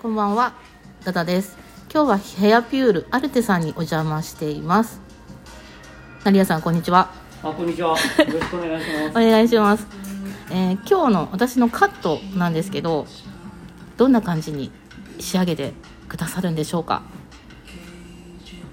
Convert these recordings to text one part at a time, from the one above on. こんばんは、ダダです。今日はヘアピュールアルテさんにお邪魔しています。成谷さん、こんにちは。あこんにちは。よろしくお願いしおます。願いします。えー今日の私のカットなんですけど、どんな感じに仕上げてくださるんでしょうか。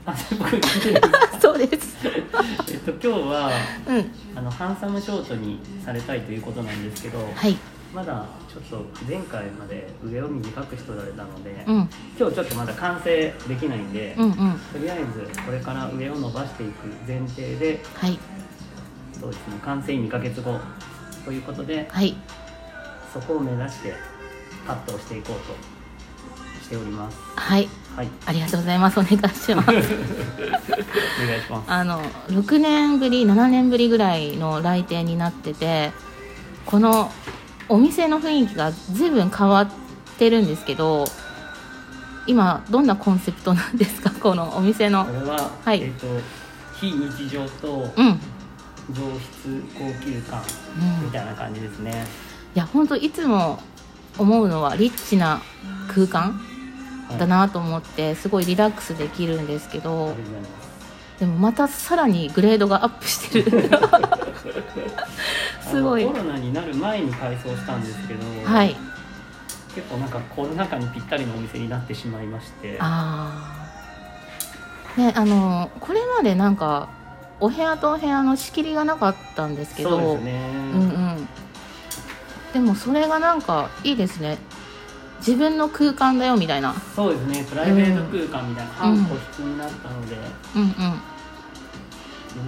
あ僕聞いてる そうです。えっと今日はうん、あのハンサムショートにされたいということなんですけど、はい、まだちょっと前回まで上を短くしとられたので、うん、うん、今日ちょっとまだ完成できないんで、うん、とりあえずこれから上を伸ばしていく前提で、はい、そうですね完成2ヶ月後ということではい、そこを目指してカットをしていこうとしております。はい、はい、ありがとうございます。お願いします。お願いします。あの6年ぶり7年ぶりぐらいの来店になっててこのお店の雰囲気が随分変わってるんですけど今どんなコンセプトなんですか このお店のこれは、はいえっと非日常とうんうんい上質高級感みたいな感じですね、や本当いつも思うのはリッチな空間はいだなと思ってすごいリラックスできるんですけありどがとうございますでもまたさらにグレードがアップしてる すごいあのコロナになる前に改装したんですけど、はい結構なんかコロナ禍にぴったりのお店になってしまいましてああねあのこれまでなんかお部屋とお部屋の仕切りがなかったんですけどそうですね、うんうんでもそれがなんかいいですね自分の空間だよみたいなそうですねプライベート空間みたいなうん半個室になったので、うんうん皆さんなん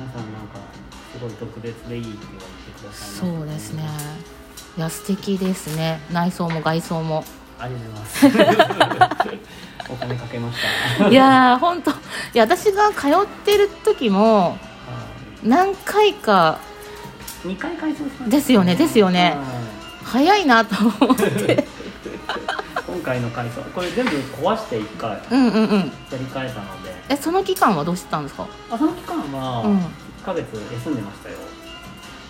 かすごい特別でいいって言われてくださいましたそうですねいや素敵ですね内装も外装 もありがとうございます お金かけましたいやー本当いや私が通ってる時も何回か2回改装したんですよねですよねはい早いなと 思って今回の改装これ全部壊して1回やうんうんうんり替えたのでえその期間はどうしてたんですかあその期間はうん1ヶ月休んでましたよ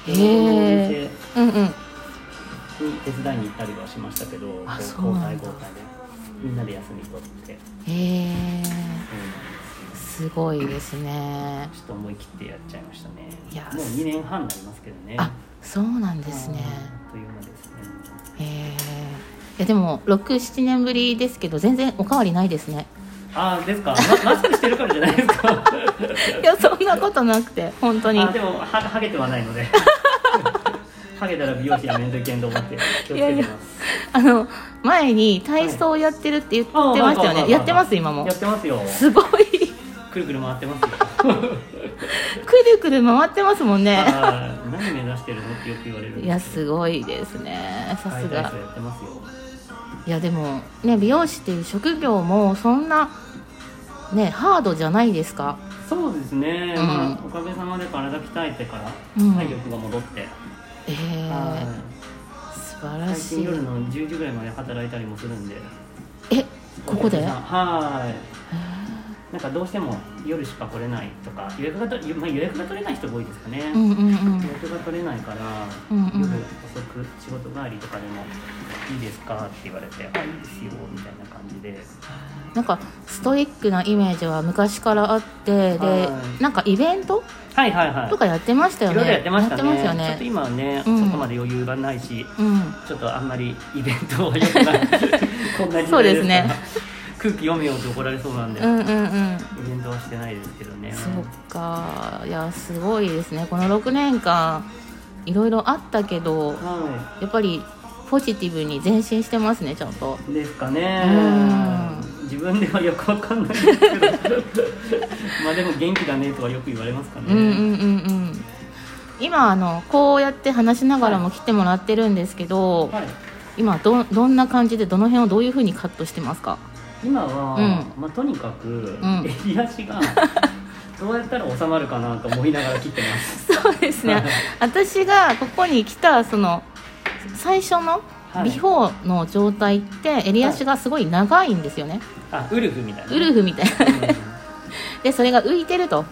へおえ店うんうんに手伝いに行ったりはしましたけどあこそうなんだ交代交代でみんなで休み取ってへえそうなんですよすごいですねちょっと思い切ってやっちゃいましたねいやもう2年半になりますけどねあそうなんですねあっという間ですねへえいやでも67年ぶりですけど全然おかわりないです ねああですかママスクしてるからじゃないですかいやそんなことなくて本当にあでもはハゲてはない のでハゲたら美容師やめんといけんと思って気をつけてますいやいやあの前に体操をやってるって言ってましたよあはいはいはいはねいやってます今もやってますよすごいくるくる回ってますよくるくる回ってますもんねあー何目指してるのってよく言われるんですいやすごいですねさ解す体が操やってますよいやでもね美容師っていう職業もそんなねハードじゃないですかそうですね、うんまあ、おかげさまで体鍛えてからうん体力が戻って、えー、は素晴いら最し近い夜の10時ぐらいまで働いたりもするんでえここでお客さんはーいなんかどうしても夜しか来れないとか予約がと、まあ、予約が取れない人が多いですかね、うんうんうん予約が取れないから、うんうん夜遅く仕事帰りとかでも「いいですか?」って言われて「あいいですよ」みたいな感じでなんかストイックなイメージは昔からあってではいなんかイベントはいはいはいとかやってましたよいねろいろやってましたねよちょっとね今はね、うんそこまで余裕がないしうんちょっとあんまりイベントは良く ないこんな時そうで代ですねすね空気読めようと怒られそうなんで、うんうんうんイベントはしてないですけどねそうかいやすごいですねこの6年間いろいろあったけどはやっぱりポジティブに前進してますねちゃんといですかねうん自分ではよくわかんないですけど まあでも元気だねとはよく言われますかね、うんうんうんうん今あのこうやって話しながらも来てもらってるんですけど、はい今どどんな感じでどの辺をどういうふうにカットしてますか今は、うまあ、とにかく、ん襟 足がどうやったら収まるかなと思いながら切ってますそうですね私がここに来たその最初のはいビフォーの状態って襟足がすごい長いんですよね、あウルフみたいなウルフみたいな うんでそれが浮いてると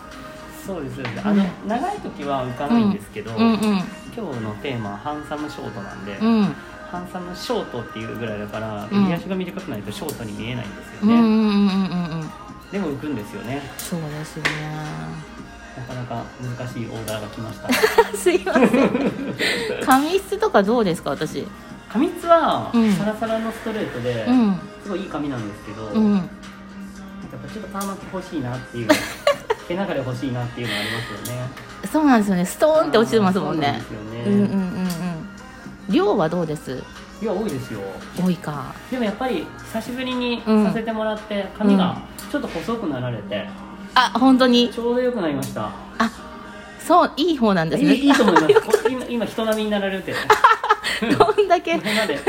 そうですそうですあの、長い時は浮かないんですけど、うんうん今日のテーマはハンサムショートなんで、うんハンサムショートっていうぐらいだからうん右足が短くないとショートに見えないんですようんうんうね、んうんうんでも浮くんですよねそうですねなかなか難しいオーダーが来ました すいません髪質とかどうですか私髪質はうんサラサラのストレートで、うんすごいいい髪なんですけど、うなんかんやっぱちょっとパーマって欲しいなっ ていう毛流れ欲しいなっていうのがありますよねそうなんですよねストーンって落ちてますもんねそうなんですうよんね、うんうんうん量はどうですいや多いですよ多いかでもやっぱり久しぶりにうんさせてもらって髪がちょっと細くなられてあ本当にちょうど良くなりましたそういい方なんですいいいいねと思い ますこ今今人並みになられてどんだけ前まで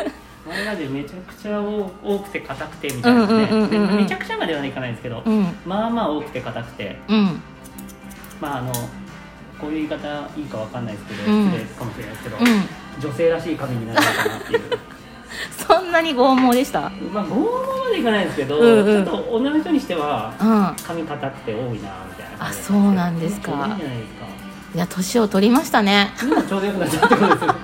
前までめちゃくちゃ多多くて硬くてみたいなうんうんうんねでうんうんめちゃくちゃまではいかないですけどうんまあまあ多くて硬くてうんまああのこういう言い方いいかわかんないですけどうん失礼かもしれないですけどうん女性らしい髪になるのかなっていう。 そんなに剛毛でしたまあ、拷問までいかないですけど、うんうんちょっと女の人にしてはうん髪硬くて多いなみたいな感じあそうなんですかちょうどいいんじゃないですかいや年を取りましたね今ちょうどよくなっちゃったことですよ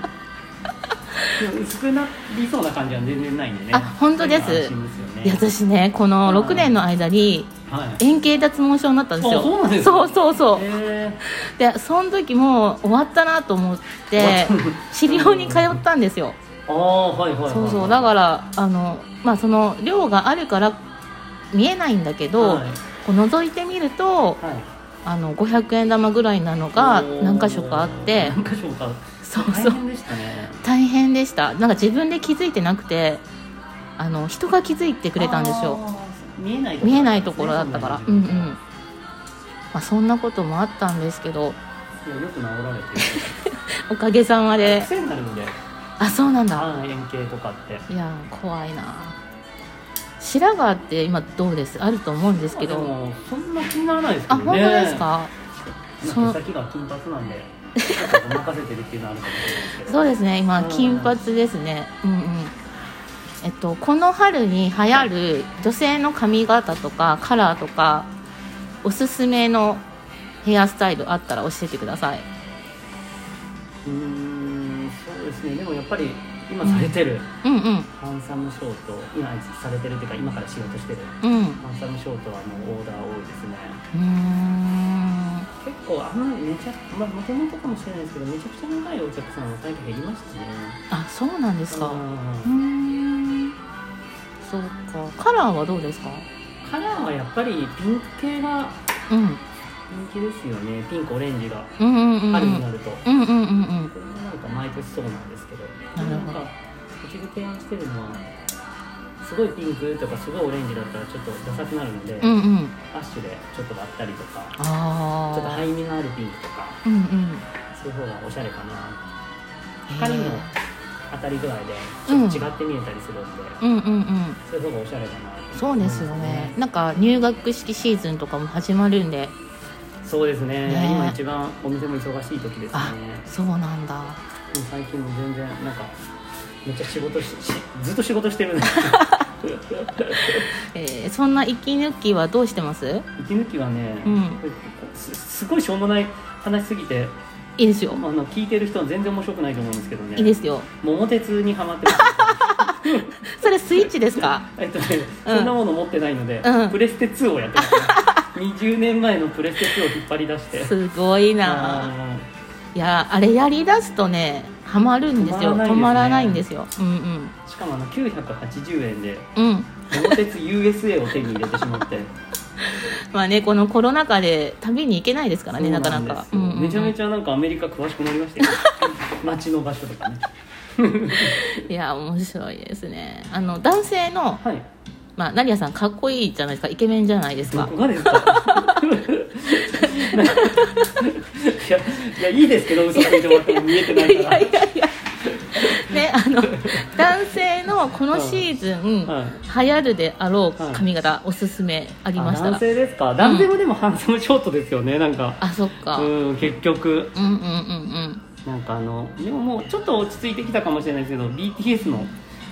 でも 薄くなりそうな感じは全然ないんでねあ本当ですそういうのは安心いやですよね私ねこの6年の間にはい円形脱毛症になったんですよあそうなんですかそうそうそうえでその時もう終わったなと思って終わっ治療に通ったんですよー、ああはいはいはい、はい、そうそうだかららあのまあその量があるから見えないんだけど、はいこう覗いてみるとはい、あの500円玉ぐらいなのがおー何箇所かあって何箇所かそうそう大変でしたね大変でしたなんか自分で気づいてなくてあの人が気づいてくれたんですよあー見えない見えないところだったからううんうんうんんいやまあそんなこともあったんですけどよく治られておかげさまるで癖になるんであそうなんだ半円形とかっていやー怖いな白髪って今どうですあると思うんですけでどもそんな気にならないですけあどね本当ですかそまうあ毛先が金 髪なんでちょっとごまかせてるっていうのはあるかもしれないですけどそうでですね今うん金髪ですねうんうんえっとこの春に流行る女性の髪型とかカラーとかおすすめのヘアスタイルあったら教えてくださいーんそうですねでもやっぱり今されてる、うんうんハンサムショート今されてるっていうか今から仕事してるうんうハンサムショートはもうオーダー多いですねーん結構あんまりめちゃまあもともとかもしれないですけどめちゃくちゃ長いお客さんは最近減りましたねあそうなんですかうーうんんそうかカラーはどうですかカラーはやっぱりピンク系がうん人気ですよねピンクオレンジがうんうんうんうん春になると、うんうんうんうんこれもなんか毎年そうなんですけどなるほどんかうちで提案してるのはすごいピンクとかすごいオレンジだったらちょっとダサくなるので、うアんうんッシュでちょっと割ったりとかちょっとあ灰みのあるピンクとかあうんうんそういう方がおしゃれかな他にも当たり具合でちうんょっと違って見えたりするんで、うんうんうんそういう方がおしゃれかなってそうですよね、なんか入学式シーズンとかも始まるんでそうですねね今一番お店も忙しい時ですねあそうなんだもう最近も全然なんかめっちゃ仕事ししずっと仕事してるんですえーそんな息抜きはどうしてます息抜きはね、うんすすごいしょうもない話すぎていいですよあの聞いてる人は全然面白くないと思うんですけどねいいですよ桃鉄にハマって ますそれスイッチです かえっとね、うんそんなもの持ってないので、うんプレステ2をやってます、20年前のプレステ2を引っ張り出してすごいなあいやあれやりだすとねハマるんですよ止止ままららなないいんんでですようんーしかもあの980円でうんうん桃鉄 USA を手に入れてしまってまあねこのコロナ禍で旅に行け ないですからねなかなかそうなんですよめちゃめゃちゃなんかアメリカ詳しくなりました よ街の場所とかねいや面白いですねあの男性のはいまあ成谷さんかっこいいじゃないですかイケメンじゃないですどかこがですか いやいやいいですけど嘘ついてもらっても見えてないから ね、あの男性のこのシーズン、はい流行るであろう髪型、おすすめありましたあら男性ですか男性もでもハンサムショートですよねなんかあそっか、うん、うんうん結局うんうんなんかあのでももうちょっと落ち着いてきたかもしれないですけど BTS の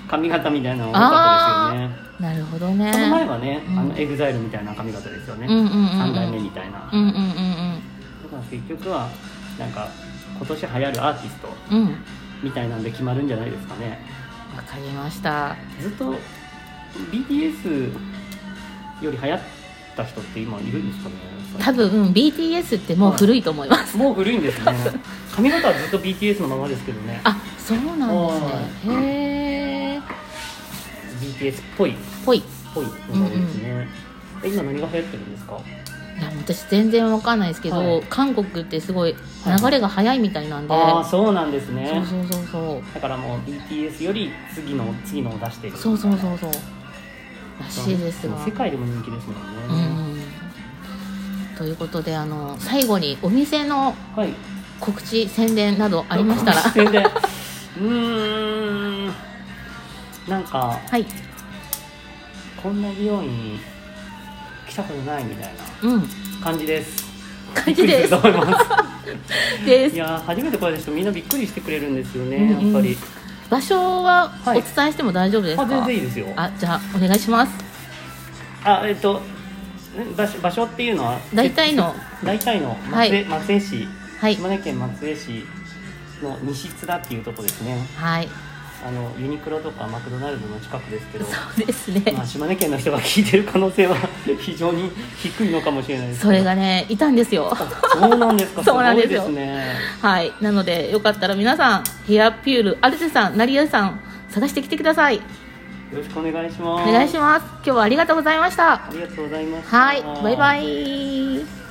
髪型みたいなのが多かったですよねなるほどその前ねはね、うんあのエグザイルみたいな髪型ですよね、うんうんうんうん3代目みたいな、うんうんうんだから結局はなんか今年流行るアーティストうんうんみたいなんで決まるんじゃないですかねかりましたずっと BTS より流行った人って今いるんですかね多分、うん BTS ってもう古いと思います、もう古いんですね髪型はずっと BTS のままですけどねあそうなんですねへえ BTS っぽいぽいいぽいのが多いですね、え今何が流行ってるんですかや私全然わかんないですけど、はい韓国ってすごい流れが早いみたいなんで、ああそうなんですねそうそうそうそうだからもう BTS より次の次のを出してるそうそうそうそうらしいですが世界でも人気ですもんね、うんということであの最後にお店のはい告知宣伝などありま したら全然うーんなんかはいこんな美容院来たことないみたいなうん感じです感じですびっくりると思いまです いやー初めて来られた人みんなびっくりしてくれるんですよね、うんうんやっぱり場所はおはい伝えしても大丈夫ですか、あ全然いいですよああじゃあお願いしますえっとん場所場所っていうのは大体の大体の松江,、はい松江市はい島根県松江市の西津田っていうとこですねはいあのユニクロとかマクドナルドの近くですけどそうですね、まあ、島根県の人が聞いてる可能性は非常に低いのかもしれないですけそどれがねいたんですよそうなんです かそうなんですよごいですねはいなのでよかったら皆さんヘアピュールアルセさん成谷さん探してきてくださいよろしくお願いしまおす願いします今日はありがとうございましたありがとうございますはいバイバイ